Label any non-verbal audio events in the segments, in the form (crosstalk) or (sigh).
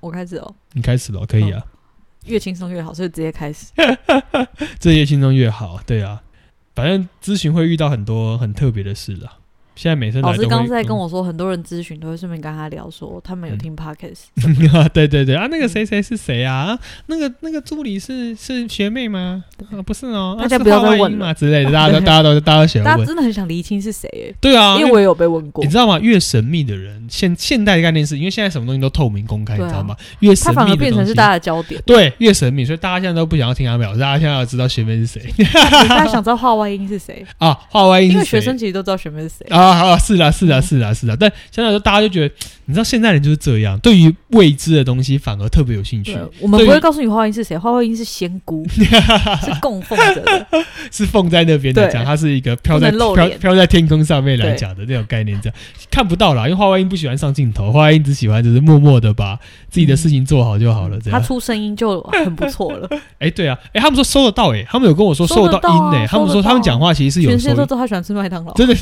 我开始哦，你开始了，可以啊，越轻松越好，所以直接开 (laughs) 始。这越轻松越好，对啊，反正咨询会遇到很多很特别的事啦。现在每次来老都师会嗯刚刚在跟我，我说，很多人咨询都会顺便跟他聊说，他们有嗯听 podcast，、 (laughs) 对对对啊，那个谁谁是谁啊？啊那个那个助理是是学妹吗？啊、不是哦，大啊家是不要画再外问音了嘛之类的， (laughs) 大家都大家都大家都喜大欢家问，真的很想厘清是谁耶、对啊，因为我也有被问过你。知道吗？越神秘的人，现现代的概念是因为现在什么东西都透明公开，对啊你知道吗？越神他秘反而的变成东是西，大家的焦点对越神秘，所以大家现在都不想要听阿淼，大家现在要知道学妹是谁 (laughs) 大家想知道话外音是谁，啊？话 (laughs) 外音因是为学谁生其实都知道学妹是谁。啊啊是啦嗯是啦是啦是啦，但现在就大家就觉得，你知道现在人就是这样，对于未知的东西反而特别有兴趣对，，我们对不于会告诉你花外音是谁，花外音是仙姑， (laughs) 是供奉着的。是放在那边的对讲，它是一个飘在不能露飘脸飘在天空上面来讲的那种概念，这样看不到啦，因为话外音不喜欢上镜头，话外音只喜欢就是默默的把自己的事情做好就好了，这嗯样他。出声音就很不错了，哎、对啊，哎、他们说收得到、哎，他们有跟我说收收得得到到啊音呢、他们收说得到他们讲话其实是 (laughs) 有全世收界都音知，道他喜欢吃麦当劳。真的，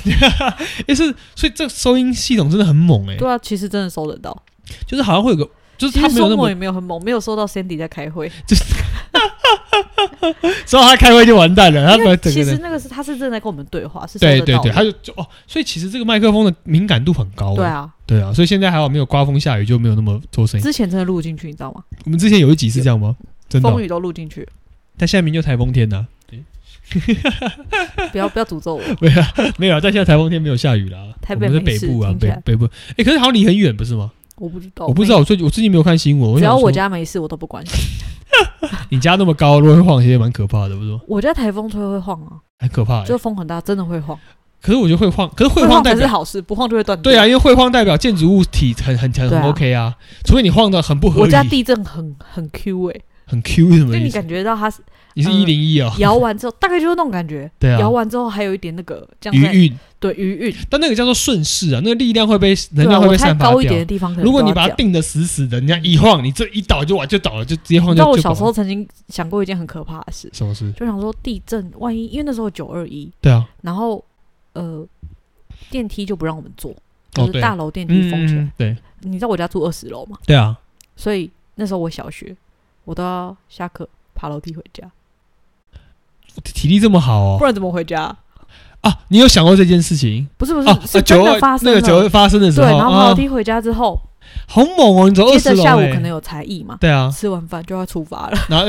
也、是，所以这收音系统真的很猛、哎，对啊，其实真的收得到。就是好像会有个，就是其他实没有收那某么也，没有很猛，没有收到 Sandy 在开会。 (laughs) 只要他开会就完蛋了，他因把为整其个实人，那个是他是正在跟我们对话，是收得对到对的对，他就就哦，所以其实这个麦克风的敏感度很高、哎对啊，对啊，所以现在还好没有刮风下雨就没有那么做声音。之前真的录进去，你知道吗？我们之前有一集是这样吗？真的哦、风雨都录进 (laughs) 去，但现在明就台风天呐、 (laughs) 不要不要诅咒我。没有啊没有啊，但现在台风天没有下雨啦。台北我们是没北事部啊听，起北来北部，哎、可是好像离很远不是吗？我不知道，我不知道，我最近我最近没有看新闻。我哦没。只要想我说家没事，我都不关心。你家那么高，如果会晃，其实蛮可怕的，不是吗？我家台风吹会晃啊，很可怕、欸。就风很大，真的会晃。可是我觉得会晃，可是会会晃晃代才是表好事，不晃就会断。对啊，，因为会晃代表建筑物体很很很对很啊 OK 啊，除非你晃的很不合我理，家地震很很 Q 哎，很 Q 是什么就意你思？感觉到它是你是嗯一零一哦，摇完之后，大概就是那种感觉。对摇啊，完之后还有一点那个这样余在韵，对余韵，但那个叫做顺势啊，那个力量会被对能啊，量会我被太散发高一掉点。的地方可能如果都你要把它这样定的死死的，人家一晃，你这一倒就完就倒了，就直接你晃知就道我就小时倒了候曾经想过一件很可怕的事，什么事？就想说地震万一，因为那时候九二一，对啊，然后呃电梯就不让我们坐，就哦是对，大楼电梯封起来。嗯，对你知道我家住二十楼嘛，对啊，所以那时候我小学，我都要下课爬楼梯回家，哦体力这么好不哦然怎么回家？啊！你有想过这件事情不是不是，啊？是啊真九的二发生那了。个九二发生的时对，候然后爬啊楼，梯回家之后，好猛哦！你走二接十着楼，下午可能有才艺嘛，对啊，吃完饭就要出发了，然后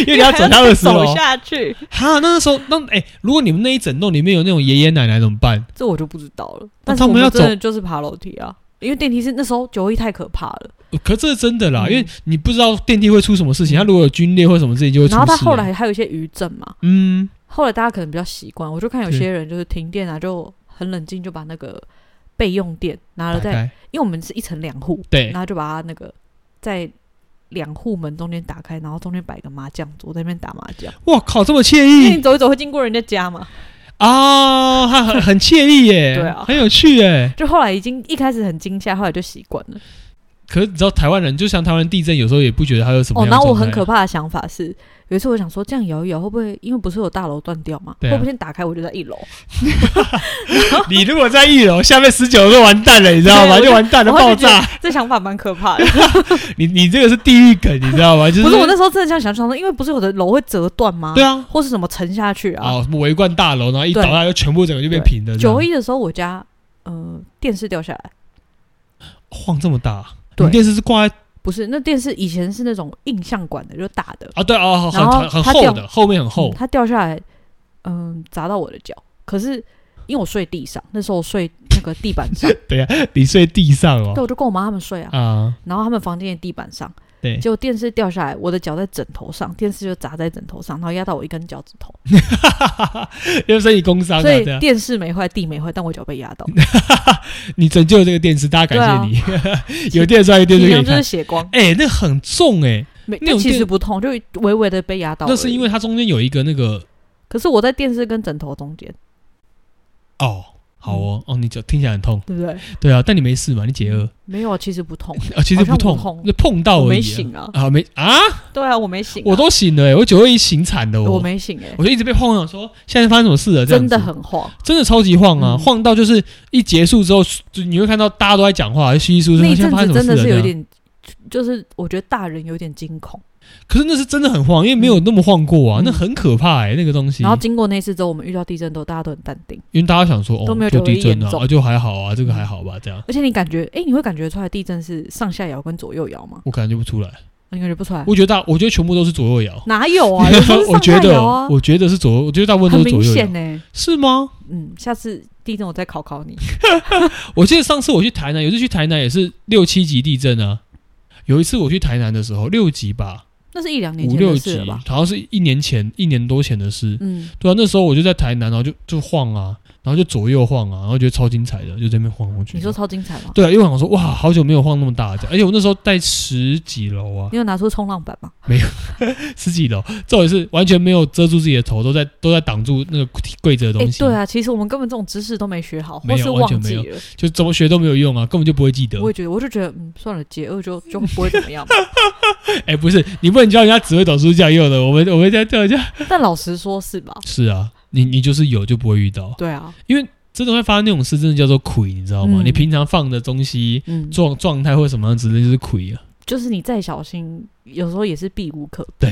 因为你要走 (laughs) 到二十走楼，下去，哈，那时候那哎、如果你们那一整栋里面有那种爷爷奶奶怎么办？这我就不知道了。但是他我们们要真的就是爬楼梯啊，因为电梯是那时候九一太可怕了。呃可这是真的啦，嗯因为你不知道电梯会出什么事情，它如果有皲裂或什么事情就会出事、啊然后他后，来还有一些余震嘛，嗯，后来大家可能比较习惯，我就看有是些人就是停电啊，就很冷静就把那个备用电拿打了在，开，因为我们是一层两户，对然，后就把它那个在两户门中间打开，然后中间摆个麻将桌在那边打麻将，哇靠，这么惬因为意你走一走会经过人家家嘛。啊，它很很惬意 (laughs) 耶，对啊很有趣耶。就后来已经一开始很惊吓，后来就习惯了。可是你知道台湾人，就像台湾地震，有时候也不觉得它有什么哦，样然的后我状态啊很可怕的想法是，有一次我想说这样摇一摇会不会，因为不是有大楼断掉嘛，对啊会不会先打开我就在一楼，你如果在一楼，下面十九就完蛋了，你知道吗？对我就就完蛋然了，后啊爆就觉得炸。这想法蛮可 (laughs) 怕的。你你这个是地狱梗，你 (laughs) 知道吗？就是不是我那时候真的这样想，想说因为不是有的楼会折断吗？对啊，或是什么沉下去啊？啊，什么围观大楼，然后一倒对下就全部整个就变对平的这样，九一的时候我家呃电视掉下来，晃这么大，啊对你电视是挂在。不是那电视以前是那种映像管的，就是大的，啊，对哦，很然后很很它厚掉的，后面很厚嗯，它掉下来，嗯，砸到我的脚，可是因为我睡地上，那时候我睡那个地板 (laughs) 上，你睡地上对，哦。我就跟我妈他们睡啊，啊， (laughs) 然后他们房间的地板上，对结果电视掉下来，我的脚在枕头上，电视就砸在枕头上，然后压到我一根脚趾头，因为身体工伤啊，所以这样电视没坏，地没坏，但我脚被 (laughs) 压到，你拯救了这个电视，大家感谢你。 (laughs) 有电视还有电视啊平可常以就是看。血光，哎，那很重哎，没， (laughs) 那种但其实电不痛，就微微的被压到而已。那是因为它中间有一个那个可是我在电视跟枕头中间，哦，好哦，嗯哦，你脚听起来很痛，对不对？对啊，但你没事嘛，你解饿没有，啊，其实不痛，啊，其实好像不痛痛，那碰到我而没已醒啊。啊。啊，没啊，对啊，我没醒啊、我都醒了哎，我九二一醒惨的我我，没醒哎、我就一直被晃，想说现在发生什么事了，这样真子的很晃。真的超级晃啊，嗯晃到就是一结束之后，就你会看到大家都在讲话，稀稀疏疏，那哎一阵好像发生子什么真的是事了啊这有样。点就是我觉得大人有点惊恐。可是那是真的很晃，因为没有那么晃过啊，嗯那很可怕哎、那个东西。然后经过那次之后，我们遇到地震之后，大家都很淡定，因为大家想说，哦，都没有就觉得地震严啊，重啊就还好啊，这个还好吧，这样而且你感觉，哎，你会感觉出来地震是上下摇跟左右摇吗？哦我感觉不出来。你感觉不出来？我觉得大，我觉得全部都是左右摇。哪有嗯啊？有时候是 (laughs) 我觉上下得哦摇，啊，我觉得是左右，我觉得大部分很都是明左右显欸摇，呢、是吗？嗯，下次地震我再考考你。我记得上次我去台南，有一次去台南也是六七级地震啊。有一次我去台南的时候，六级吧，那是一两年五前六的级事了，吧？好像是一年前、一年多前的事。嗯，对啊，那时候我就在台南，然后就就晃啊，然后就左右晃啊，然后觉得超精彩的，就在那边晃晃去。你说超精彩吗？对啊，因为我想说，哇，好久没有晃那么大的，而且我那时候在十几楼啊， (laughs) 你有拿出冲浪板吗？十几楼，这也是完全没有遮住自己的头，都在都在挡住那个柜子的哎、东西，对啊，其实我们根本这种知识都没学好，没或有是完全忘没记有了。就怎么学都没有用啊，根本就不会记得我。也觉得，我就觉得，嗯，算了，解饿就就不会怎么样 (laughs) 嘛。哎，不是，你不能教人家只会导数这样用的，我们我们再教一下。但老实说，是吧？是啊，你你就是有就不会遇到，对啊，真的会发生那种事，真的叫做亏，你知道吗？嗯你平常放的东西嗯，状状态或什么样子的，就是亏啊。就是你再小心，有时候也是避无可避。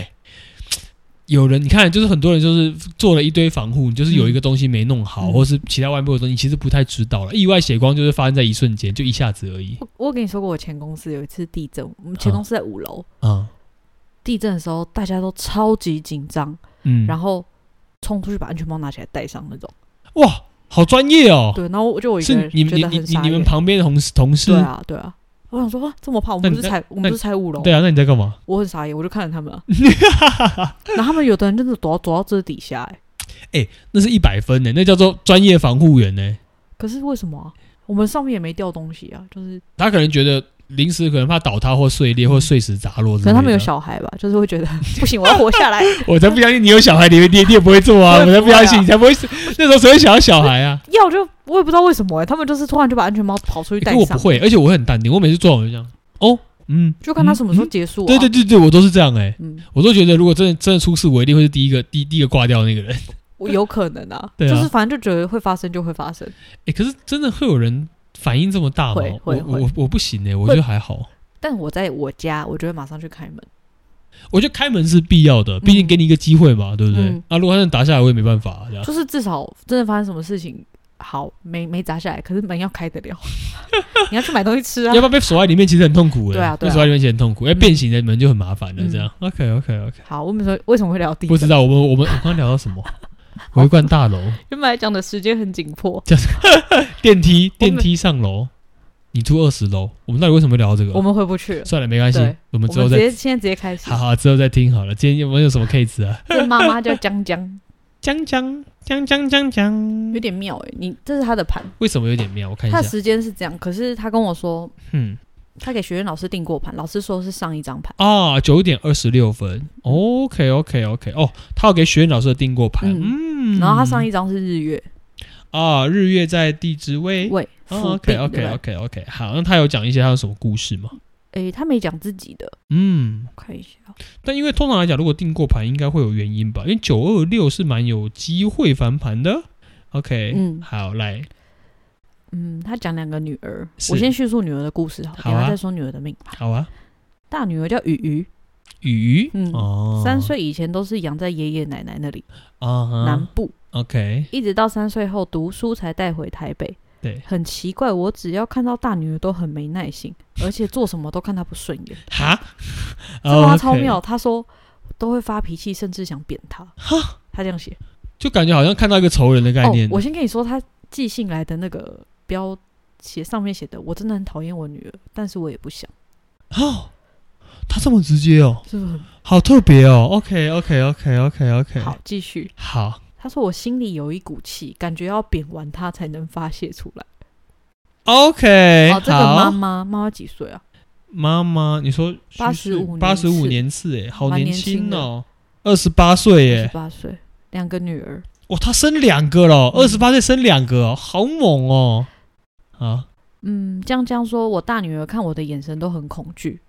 有人你看，就是很多人就是做了一堆防护，你就是有一个东西没弄好，嗯或是其他外部的东西，你其实不太知道了。意外血光就是发生在一瞬间，就一下子而已我我跟你说过，我前公司有一次地震，我们前啊公司在五楼，啊。地震的时候大家都超级紧张，嗯，然后冲出去把安全帽拿起来戴上那种。哇，好专业哦！对，然后我就我一个是人你觉们你得你很你傻你们眼。旁边的同事同事对啊，对啊。我想说，啊，这么怕，我那们你不是那才我那们不是才五楼，对啊，那你在干嘛？我很傻眼，我就看着他们 (laughs) 啊。然后他们有的人真的躲到躲到这底下，哎，那是一百分呢，那叫做专业防护员呢。可是为什么啊？我们上面也没掉东西啊，就是他可能觉得临时可能怕倒塌或碎裂或碎石砸落之类可的。能他们有小孩吧，就是会觉得 (laughs) 不行，我要活下来。 (laughs) 我才不相信你有小孩，你会你也你也不会做啊！我也我不会才不相信，啊你才不会。那时候谁会想要小孩啊？要就我也不知道为什么哎、他们就是突然就把安全帽跑出去欸可戴我上不，会，而且我会很淡定。我每次做完我就这样，哦，嗯，就看他什么时候嗯结束、啊嗯对对，对对，我都是这样哎，嗯，我都觉得如果真的真的出事，我一定会是第一个第第一个挂掉的那个人。我有可能啊， (laughs) 对啊就是反正就觉得会发生就会发生。哎，可是真的会有人反应这么大吗会？我会我会我我不行哎，我觉得还好。但我在我家，我就会马上去开门。我觉得开门是必要的，毕竟给你一个机会嘛，对不对？嗯啊，如果他真的打下来，我也没办法、啊这样。就是至少真的发生什么事情，好没没砸下来，可是门要开得了。 (laughs) 你要去买东西吃啊 (laughs) 要不。然被锁在里面，其实很痛苦的。对啊对啊被锁在里面其实很痛苦，哎、嗯变形的门就很麻烦了。嗯这样、o k OK OK，好，我们说为什么会聊地不知震？道我们我们我刚聊到什么？ (laughs) 围观大楼、原本来讲的时间很紧迫，电梯、我们电梯上楼，你住二十楼，我们到底为什么会聊到这我个？们回不去了。算了，没关系对，啊我们我之后们直再接现在直接开始好。好之后再听好了。今天有没有什么 case 啊？ (laughs) 这妈妈叫江江，江江江江江江有，点妙哎、你这是她的盘，为什么有点妙？我看一她的下，时间是这样，可是她跟我说嗯，他给学院老师订过盘，老师说是上一张盘。啊，九点二十六分。OK OK OK，哦，他有给学院老师订过盘，嗯，然后他上一一张是日月啊，日月在地之位。喂哦复定对 OK 不 OK 对 OK OK，好，那他有讲一些他有什么故事吗？诶，他没讲自己的，嗯，我看一下。但因为通常来讲，如果订过盘，应该会有原因吧？因为九二六是蛮有机会翻盘的。OK，嗯好，来，嗯，他讲两个女儿，是我先叙述女儿的故事好了，好啊等一下再说女儿的命盘。好啊，大女儿叫雨雨，鱼，嗯哦，三岁以前都是养在爷爷奶奶那里，啊哈，南部， OK，一直到三岁后读书才带回台北。对，很奇怪，我只要看到大女儿都很没耐 (laughs) 心，而且做什么都看她不顺眼。哈， (laughs) 这妈哦 OK 超妙，她说都会发脾气，甚至想扁她。她这样写。就感觉好像看到一个仇人的概念哦。。我先跟你说，他寄信来的那个标写上面写的，我真的很讨厌我女儿，但是我也不想，哦，他这么直接哦，是不是很好特别哦。OK OK OK OK OK，好？继续，好他说我心里有一股气，感觉要扁完她才能发泄出来。 ，OK，哦，这个妈妈好，妈妈几岁啊？妈妈，你说85八年十次五年次哎，好蛮年年轻轻的哦，二十八岁十哎，八岁，两个女儿。哇，他生两个了，嗯二十八岁生两个哦，好猛哦。啊，嗯，江江说，我大女儿看我的眼神都很恐惧。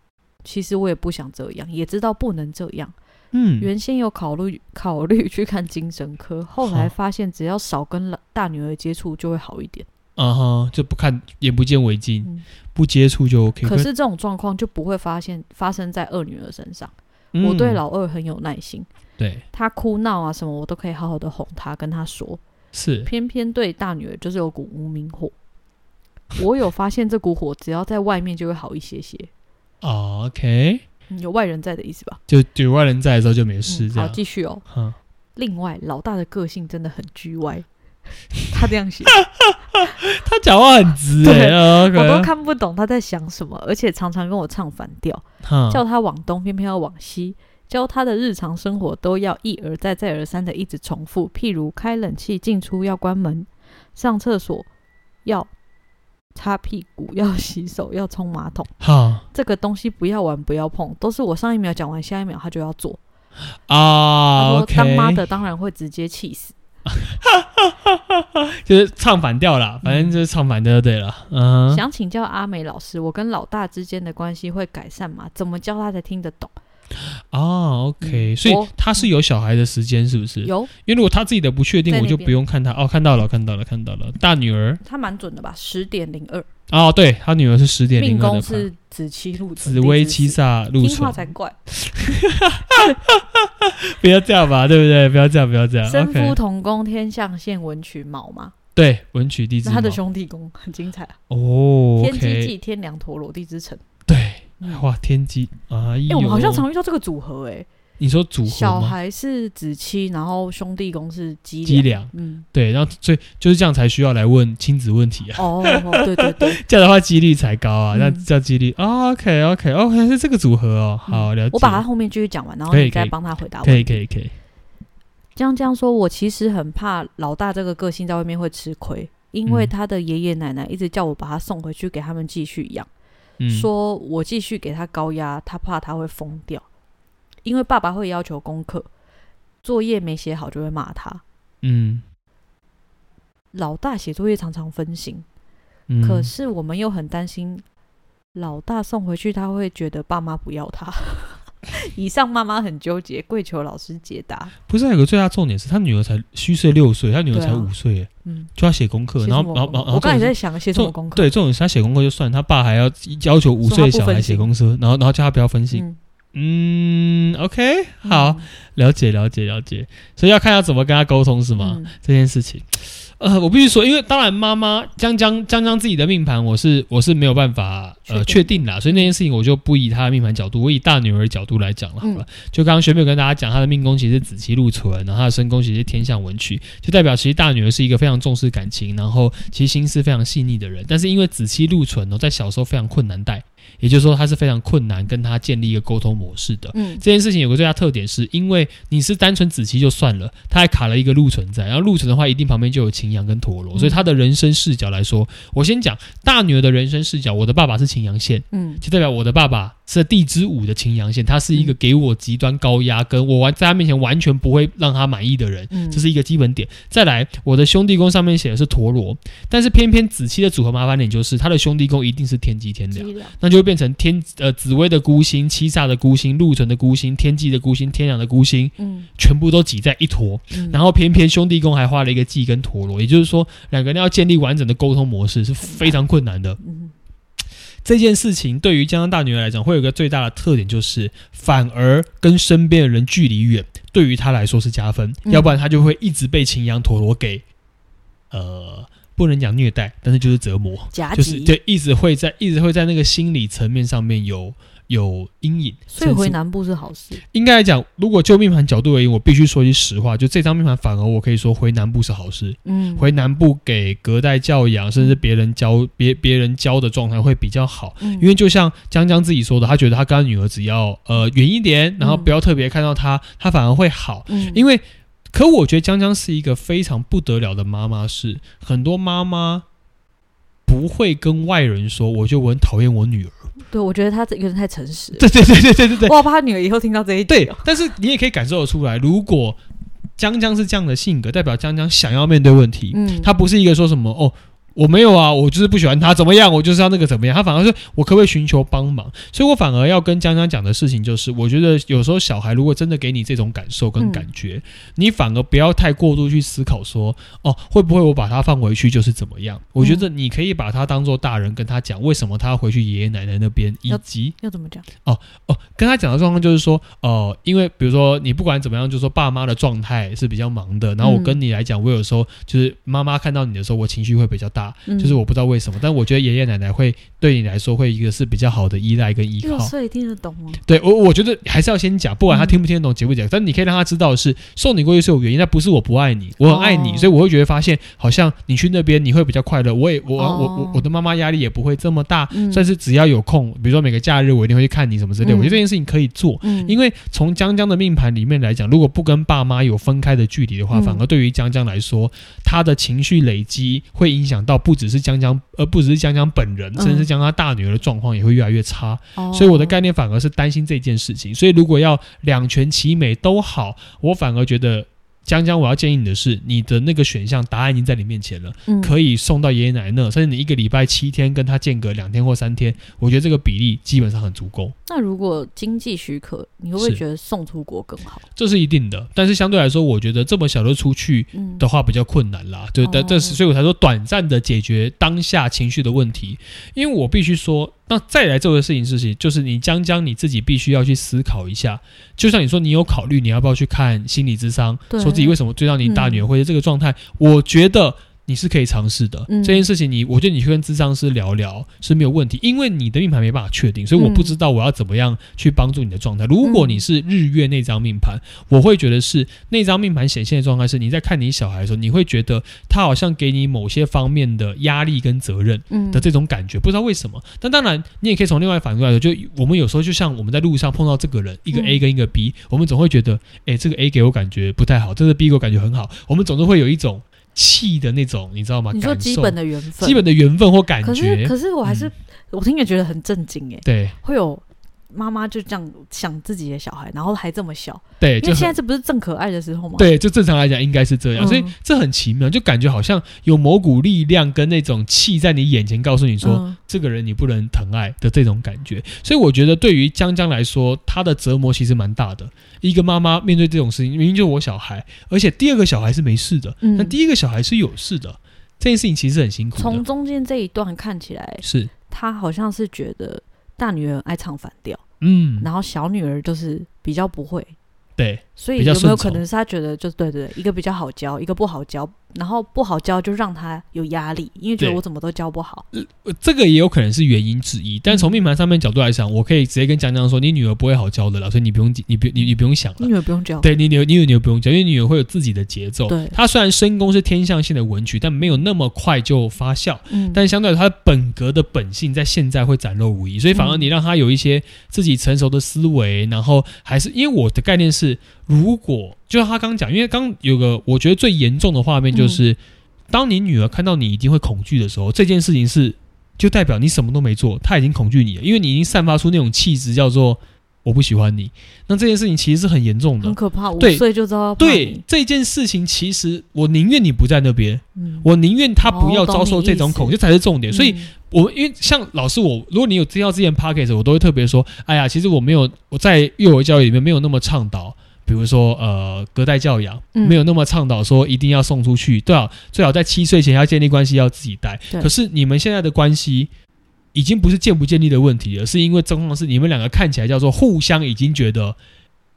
其实我也不想这样，也知道不能这样。嗯，原先有考虑 (laughs) 考虑去看精神科，后来好发现只要少跟老大女儿接触就会好一点。嗯哼，就不看眼不见为净，嗯不接触就 OK 可是这种状况就不会发现发生在二女儿身上。嗯我对老二很有耐心，对她哭闹啊什么，我都可以好好的哄她，跟她说。是偏偏对大女儿就是有股无名火。我有发现这股火，只要在外面就会好一些些，哦 OK，嗯有外人在的意思吧？就有外人在的时候就没事嗯这好，样。继续哦。嗯，另外，老大的个性真的很居 (laughs) 歪，他这样写，他讲话很直哎、对欸，我都看不懂他在想什么，而且常常跟我唱反调，看叫他往东，偏偏要往西。教他的日常生活都要一而再、再而三的一直重复，譬如开冷气、进出要关门、上厕所要擦屁股、要洗手、要冲马桶。好这个东西不要玩，不要碰，都是我上一秒讲完，下一秒他就要做。他啊说，OK，当妈的当然会直接气死。就是唱反调啦，反正就是唱反调就对了。嗯哼，嗯想请教阿美老师，我跟老大之间的关系会改善吗？怎么教他才听得懂？哦，OK，嗯所以我他是有小孩的时间是不是？有，因为如果他自己的不确定，在我那就边不用看他。哦，看到了，看到了，看到了。大女儿他蛮准的吧？十点零二，哦，对他女儿是十点命零二宫的盘，是子期路存，嗯紫薇地支七是，煞禄听话存，才怪。不要这样吧，对不对？不要这样，不要这样。身啊 OK，夫同宫，天象线文曲卯嘛，对，文曲地支那他的卯兄弟宫很精彩啊。哦天机，OK，记、天梁、陀罗、地支辰。对，嗯哇，天机，哎哎、呦，我们好像常遇到这个组合、哎，你说组合小吗？孩是子期，然后兄弟宫是鸡脊梁。梁，嗯，对，然后所以就是这样才需要来问亲子问题啊， (laughs) 哦，哦对对对，这样的话几率才高啊，嗯那叫几率。哦、OK OK OK，是这个组合哦，好了解。嗯我把他后面继续讲完，然后可以你再可以帮他回答可以问可题。以可以，这样这样说，我其实很怕老大这个个性在外面会吃亏，因为嗯他的爷爷奶奶一直叫我把他送回去给他们继续养，嗯，说我继续给他高压，他怕他会疯掉，因为爸爸会要求功课，作业没写好就会骂他。嗯老大写作业常常分心，嗯，可是我们又很担心老大送回去，他会觉得爸妈不要 (laughs) 他。以上妈妈很纠结，跪求老师解答。不是还有个最大重点是他女儿才虚岁六岁，他女儿对啊才五岁耶、嗯，就要写功课，写然什后么然后功然课后然后我刚才重也点在是想写什么功课。对，重点是他写功课就算，他爸还要要求五说他岁不小孩分写心功课，然后然后叫他不要分心。嗯，嗯 o k 好，嗯，了解了解了解，所以要看要怎么跟他沟通是吗？嗯这件事情。呃，我必须说，因为当然妈妈江江江江自己的命盘，我是我是没有办法呃确确定啦，所以那件事情我就不以她的命盘角度，我以大女儿角度来讲了好了。嗯就刚刚学妹有跟大家讲，她的命宫其实是紫气禄存，然后她的身宫其实是天象文曲，就代表其实大女儿是一个非常重视感情，然后其实心思非常细腻的人。但是因为紫气禄存哦，在小时候非常困难带，也就是说她是非常困难跟她建立一个沟通模式的。嗯，这件事情有个最大特点是，因为你是单纯子期就算了，他还卡了一个禄存在，然后禄存的话，一定旁边就有擎羊跟陀螺，嗯所以他的人生视角来说，我先讲大女儿的人生视角，我的爸爸是擎羊线，嗯，就代表我的爸爸是地支五的擎羊线，他是一个给我极端高压，跟我完在他面前完全不会让他满意的人，嗯，这是一个基本点。再来，我的兄弟宫上面写的是陀螺，但是偏偏子期的组合麻烦点就是，他的兄弟宫一定是天机天梁。脊梁，那就会变成天呃紫薇的孤星、七煞的孤星、禄存的孤星、天机的孤星、天梁的孤星，嗯，全部都挤在一坨。嗯然后偏偏兄弟宫还画了一个忌跟陀螺，也就是说两个人要建立完整的沟通模式是非常困难的。嗯，这件事情对于江江大女儿来讲，会有一个最大的特点，就是反而跟身边的人距离远，对于她来说是加分，嗯要不然她就会一直被擎羊陀螺给呃不能讲虐待，但是就是折磨。夹就是击，就一直会在一直会在那个心理层面上面有有阴影。所以甚回至南部是好事。应该来讲，如果就命盘角度而言，我必须说句实话，就这张命盘反而我可以说回南部是好事。嗯，回南部给隔代教养，甚至别人教别别人教的状态会比较好。嗯，因为就像江江自己说的，他觉得他跟他女儿只要呃远一点，然后嗯不要特别看到他，他反而会好。嗯，因为，可我觉得江江是一个非常不得了的妈妈，是很多妈妈不会跟外人说，我觉得我很讨厌我女儿。对我觉得他这有点太诚实了， (laughs) 对对对对对对对我好怕他女儿以后听到这一集 (laughs) 对哦。。但是你也可以感受得出来，如果江江是这样的性格，代表江江想要面对问题，嗯，她不是一个说什么哦。我没有啊，我就是不喜欢他，怎么样？我就是要那个怎么样？他反而说，我可不可以寻求帮忙？所以我反而要跟江江讲的事情就是，我觉得有时候小孩如果真的给你这种感受跟感觉，嗯你反而不要太过度去思考说，哦，会不会我把他放回去就是怎么样？我觉嗯得你可以把他当做大人跟他讲，为什么他要回去爷爷奶奶那边，以要及要怎么讲？哦，跟他讲的状况就是说，呃，因为比如说你不管怎么样，就是说爸妈的状态是比较忙的，然后我嗯跟你来讲，我有时候就是妈妈看到你的时候，我情绪会比较大，嗯就是我不知道为什么，但我觉得爷爷奶奶会对你来说会一个是比较好的依赖跟依六靠。岁听得懂哦吗？对我，我觉得还是要先讲，不管他听不听得懂、解不解，但你可以让他知道的是送你过去是有原因，但不是我不爱你，我很爱你，哦所以我会觉得发现好像你去那边你会比较快乐，我也我、我哦我我的妈妈压力也不会这么大，嗯算是只要有空，比如说每个假日我一定会去看你什么之类，嗯我觉得这件事情可以做。嗯因为为从江江的命盘里面来讲，如果不跟爸妈有分开的距离的话，嗯反而对于江江来说，他的情绪累积会影响到不只是江江，而不只是江江本人，嗯甚至江江大女儿的状况也会越来越差。哦所以我的概念反而是担心这件事情。所以如果要两全其美都好，我反而觉得江江，我要建议你的是，你的那个选项答案已经在你面前了。念可以送到爷爷奶奶那，甚至你一个礼拜七天跟他间隔两天或三天，我觉得这个比例基本上很足够，那如果经济许可，你会不会是觉得送出国更好？这是一定的。但是相对来说，我觉得这么小就出去嗯，的话比较困难啦，对，但哦这是所以我才说短暂的解决当下情绪的问题，因为我必须说，那再来做的事情事情就是你将将你自己必须要去思考一下，就像你说你有考虑你要不要去看心理咨商，对嗯说自己为什么追到你大女儿会是这个状态，我觉得。你是可以尝试的、嗯这件事情你，我觉得你去跟咨商师聊聊是没有问题，因为你的命盘没办法确定，所以我不嗯知道我要怎么样去帮助你的状态。如果嗯你是日月那张命盘，我会觉得是那张命盘显现的状态是，你在看你小孩的时候，你会觉得他好像给你某些方面的压力跟责任嗯的这种感觉，不知道为什么。但当然，你也可以从另外反过来说，就我们有时候就像我们在路上碰到这个人，一个嗯 A 跟一个 B，、我们总会觉得，哎、这个 A 给我感觉不太好，这个 B 给我感觉很好，我们总是会有一种气的那种，你知道吗？你说感受基本的缘分，基本的缘分或感可是觉，可是我还是、嗯我听着觉得很震惊哎，对会有妈妈就这样想自己的小孩，然后还这么小，对，因就为很现在这不是正可爱的时候吗？，对，就正常来讲应该是这样，嗯所以这很奇妙，就感觉好像有某股力量跟那种气在你眼前告诉你说，嗯这个人你不能疼爱的这种感觉。所以我觉得对于江江来说，她的折磨其实蛮大的。一个妈妈面对这种事情，明明就是我小孩，而且第二个小孩是没事的，嗯但第一个小孩是有事的，这件事情其实很辛苦从的。中间这一段看起来，是，她好像是觉得大女儿爱唱反调，嗯，然后小女儿就是比较不会。对，所比以较有没有顺从可能是她觉得就是对对，对一个比较好教，一个不好教，然后不好教就让她有压力，因为觉得对我怎么都教不好。呃这个也有可能是原因之一。但从嗯命盘上面角度来讲，我可以直接跟江江说，你女儿不会好教的了，所以你不用，你不，你你不用想了你。女儿不用教，对你女你有女儿不用讲，因为女儿会有自己的节奏。对她虽然身宫是天象性的文曲，但没有那么快就发酵。嗯，但相对来说，她的本格的本性在现在会展露无遗，所以反而嗯你让她有一些自己成熟的思维，然后还是因为我的概念是，如果就像她刚讲，因为刚有个我觉得最严重的画面嗯就是，当你女儿看到你一定会恐惧的时候，这件事情是就代表你什么都没做，她已经恐惧你了，因为你已经散发出那种气质叫做我不喜欢你。那这件事情其实是很严重的很，可怕，五对岁就知道要怕对你，这件事情，其实我宁愿你不在那边，嗯，我宁愿他不要哦懂遭受你这意种思恐惧才是重点。所以嗯，我因为像老师我，如果你有听到之前 p o c k e t 我都会特别说，哎呀，其实我没有我在幼儿教育里面没有那么倡导。比如说，呃，隔代教养嗯没有那么倡导说一定要送出去，最好最好在七岁前要建立关系，要自己带。对可是你们现在的关系啊已经不是建不建立的问题了，是因为状况是你们两个看起来叫做互相已经觉得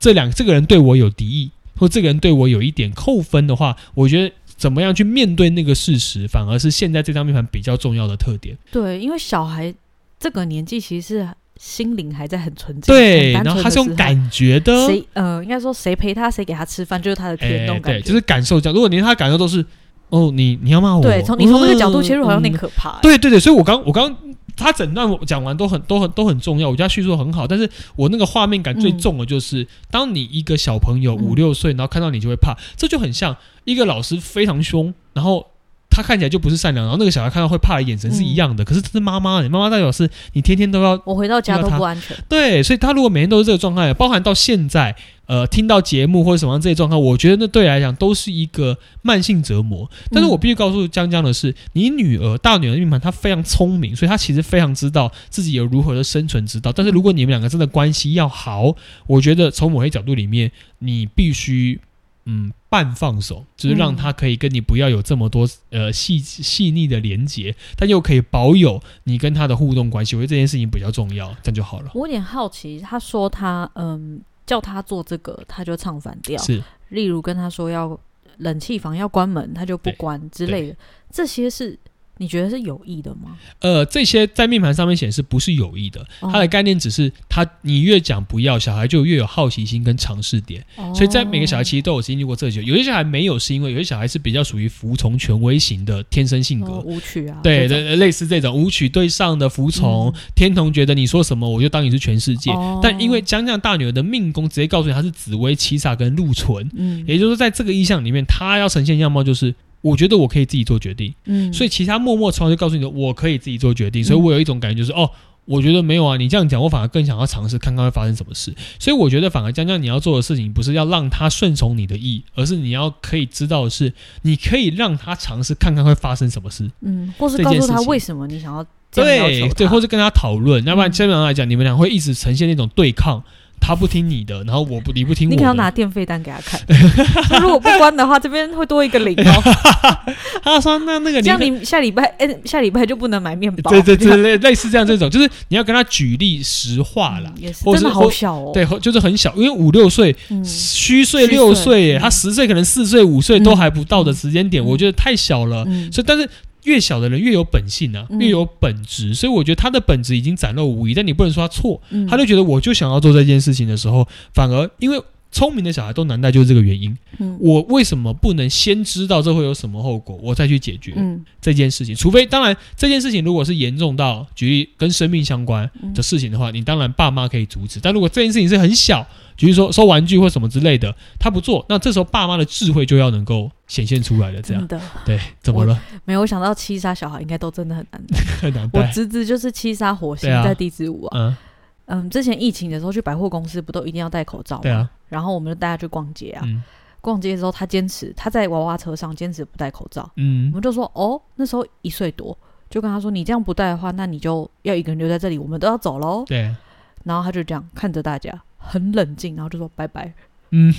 这两这个人对我有敌意，或这个人对我有一点扣分的话，我觉得怎么样去面对那个事实，反而是现在这张面盘比较重要的特点。对，因为小孩这个年纪其实是心灵还在很纯净，对，很单然纯后他是的用时候感觉的，谁呃，应该说谁陪他，谁给他吃饭，就是他的嗯哎、天那种感对，觉。就是感受这样。如果连他的感受都是，哦，你你要骂我，嗯对，从你从这个角度切入好像有那点个。可怕、欸对对对，所以我刚我刚他整段我讲完都很都很都很重要，我觉得他叙述得很好，但是我那个画面感最重的就是，当你一个小朋友嗯五六岁，然后看到你就会怕，这就很像一个老师非常凶，然后。他看起来就不是善良，然后那个小孩看到会怕的眼神是一样的。可是这是妈妈，你妈妈代表是你天天都要我回到家都不安全，对，所以他如果每天都是这个状态，包含到现在，呃，听到节目或者什么样这些状况，我觉得那对来讲都是一个慢性折磨。但是我必须告诉江江的是，你女儿大女儿的命盘她非常聪明，所以她其实非常知道自己有如何的生存之道。但是如果你们两个真的关系要好，我觉得从某些角度里面，你必须。嗯，半放手，就是让嗯她可以跟你不要有这么多呃细细腻的连接，但又可以保有你跟她的互动关系。我觉得这件事情比较重要，这样就好了。我有点好奇，他说他嗯叫他做这个，他就唱反调，是，例如跟他说要冷气房要关门，他就不关之类的，这些是你觉得是有意的吗？呃，这些在命盘上面显示不是有意的，哦它的概念只是它你越讲不要，小孩就越有好奇心跟尝试点。哦，所以在每个小孩其实都有经历过这些，有些小孩没有是因为有些小孩是比较属于服从权威型的天生性格。哦舞曲啊，对这种，对，类似这种舞曲对上的服从，嗯天童觉得你说什么我就当你是全世界。哦但因为江江大女儿的命宫直接告诉你她是紫薇、七煞跟禄存，嗯也就是说在这个意象里面，她要呈现样貌就是我觉得我可以自己做决定，嗯，所以其实他默默从来就告诉你说，我可以自己做决定。嗯所以我有一种感觉就是，哦，我觉得没有啊，你这样讲，我反而更想要尝试看看会发生什么事。所以我觉得，反而江江你要做的事情，不是要让他顺从你的意，而是你要可以知道的是，你可以让他尝试看看会发生什么事。嗯，或是这告件诉事他情为什么你想要这样要对求对，他或是跟他讨论，要不然嗯基本上来讲，你们俩会一直呈现那种对抗。他不听你的，然后我不你不听我你的，可能要拿电费单给他看， (laughs) 说如果不关的话，这边会多一个零 (laughs) 哦。他说那那个这样可以你下礼拜，哎、下礼拜就不能买面包。对对对类类似这样这种，就是你要跟他举例实话啦嗯，也是或真是的或好小哦。对，就是很小，因为五六岁嗯，虚岁虚六岁岁耶，嗯他十岁可能四岁五岁都嗯还不到的时间点，嗯我觉得太啊小了。嗯所以，但是越小的人越有本性啊，嗯越有本质，所以我觉得他的本质已经展露无遗。但你不能说他错，嗯他就觉得我就想要做这件事情的时候，反而因为。聪明的小孩都难带，就是这个原因。嗯我为什么不能先知道这会有什么后果，我再去解决嗯这件事情？除非当然，这件事情如果是严重到举例跟生命相关，嗯的事情的话，你当然爸妈可以阻止。但如果这件事情是很小，比如说收玩具或什么之类的，他不做，那这时候爸妈的智慧就要能够显现出来了。这样真的对，怎么了？没有我想到七杀小孩应该都真的 (laughs) 很难带。很难我带。侄子就是七杀火星啊对啊在地支舞啊。嗯，嗯，之前疫情的时候去百货公司不都一定要戴口罩吗？对啊，然后我们就带他去逛街啊。嗯逛街的时候，他坚持他在娃娃车上坚持不戴口罩。我嗯，们就说哦，那时候一岁多，就跟他说你这样不带的话，那你就要一个人留在这里，我们都要走喽。对，然后他就这样看着大家，很冷静，然后就说拜拜，嗯，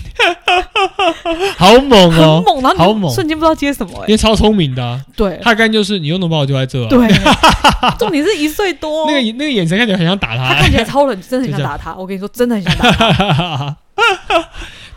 好猛很哦，猛，然后你好猛瞬间不知道接什么、因欸，为超聪明的啊、对他干就是你又能把我丢在这、啊，对， (laughs) 重点是一岁多哦，那个那个眼神看起来很想打他他、看起来超冷，真的很就这想样打他，我跟你说，真的很 (laughs) 想打他，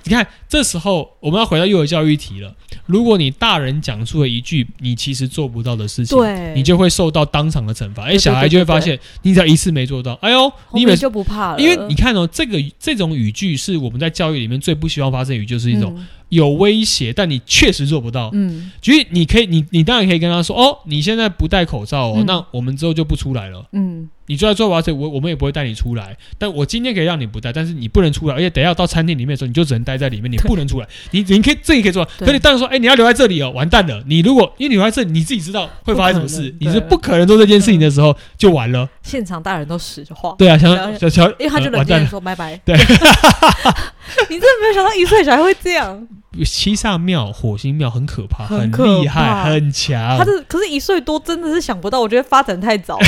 你看，这时候我们要回到幼儿教育题了。如果你大人讲出了一句你其实做不到的事情，对你就会受到当场的惩罚。哎，对小孩就会发现，你只要一次没做到，哎呦，后你面每就不怕了，因为你看哦，这个这种语句是我们在教育里面最不希望发生的语句，就是一种嗯有威胁，但你确实做不到。嗯举例，你可以，你你当然可以跟他说，哦，你现在不戴口罩哦，嗯那我们之后就不出来了。嗯你就在做完这，我我们也不会带你出来。但我今天可以让你不带，但是你不能出来，而且等一下到餐厅里面的时候，你就只能待在里面，你不能出来。你你可以自己可以做到，对可你当然说，哎、你要留在这里哦，完蛋了。你如果因为你留在这里，你自己知道会发生什么不可事能，你对是不可能做这件事情的时候就完了。现场大人都石化，对啊，了小解小小，因为他就呃冷完静蛋的了。说拜拜，(laughs) 对你真的没有想到一岁小孩会这样，七煞庙、火星庙很可怕，很很可厉害，怕很强。他的可是一岁多真的是想不到，我觉得发展太早 (laughs) 了，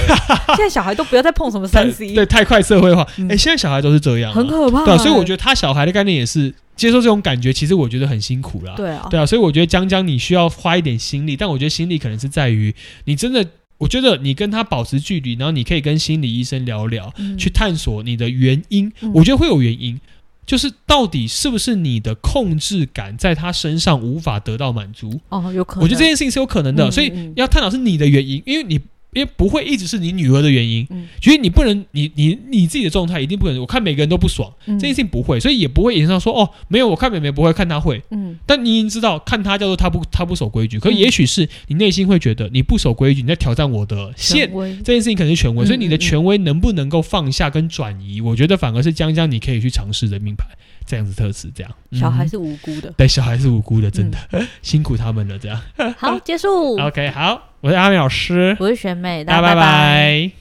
现在小孩都不要再碰什么三 C，对，太快社会化。哎、嗯现在小孩都是这样啊、很可怕、欸对啊、所以我觉得他小孩的概念也是接受这种感觉，其实我觉得很辛苦啦。得对啊，对啊，所以我觉得江江你需要花一点心力，但我觉得心力可能是在于你真的，我觉得你跟他保持距离，然后你可以跟心理医生聊聊，嗯去探索你的原因。嗯我觉得会有原因，就是到底是不是你的控制感在他身上无法得到满足？哦，有可能，我觉得这件事情是有可能的，嗯所以嗯嗯要探讨是你的原因，因为你因为不会一直是你女儿的原因，嗯所以你不能，你你你自己的状态一定不可能。我看每个人都不爽，嗯这件事情不会，所以也不会影响到说哦，没有我看妹妹不会，看她会。嗯但你已经知道，看她叫做她不她不守规矩，可嗯也许是你内心会觉得你不守规矩，你在挑战我的线权。威这件事情可能是权威，嗯所以你的嗯嗯权威能不能够放下跟转移，我觉得反而是江江你可以去尝试的命牌这样子特质，这样小孩嗯嗯是无辜的。嗯对小孩是无辜的，真的、辛苦他们了。这样 (laughs) 好，结束。 ，OK，好，我是阿美老师，我是学妹，大家拜拜拜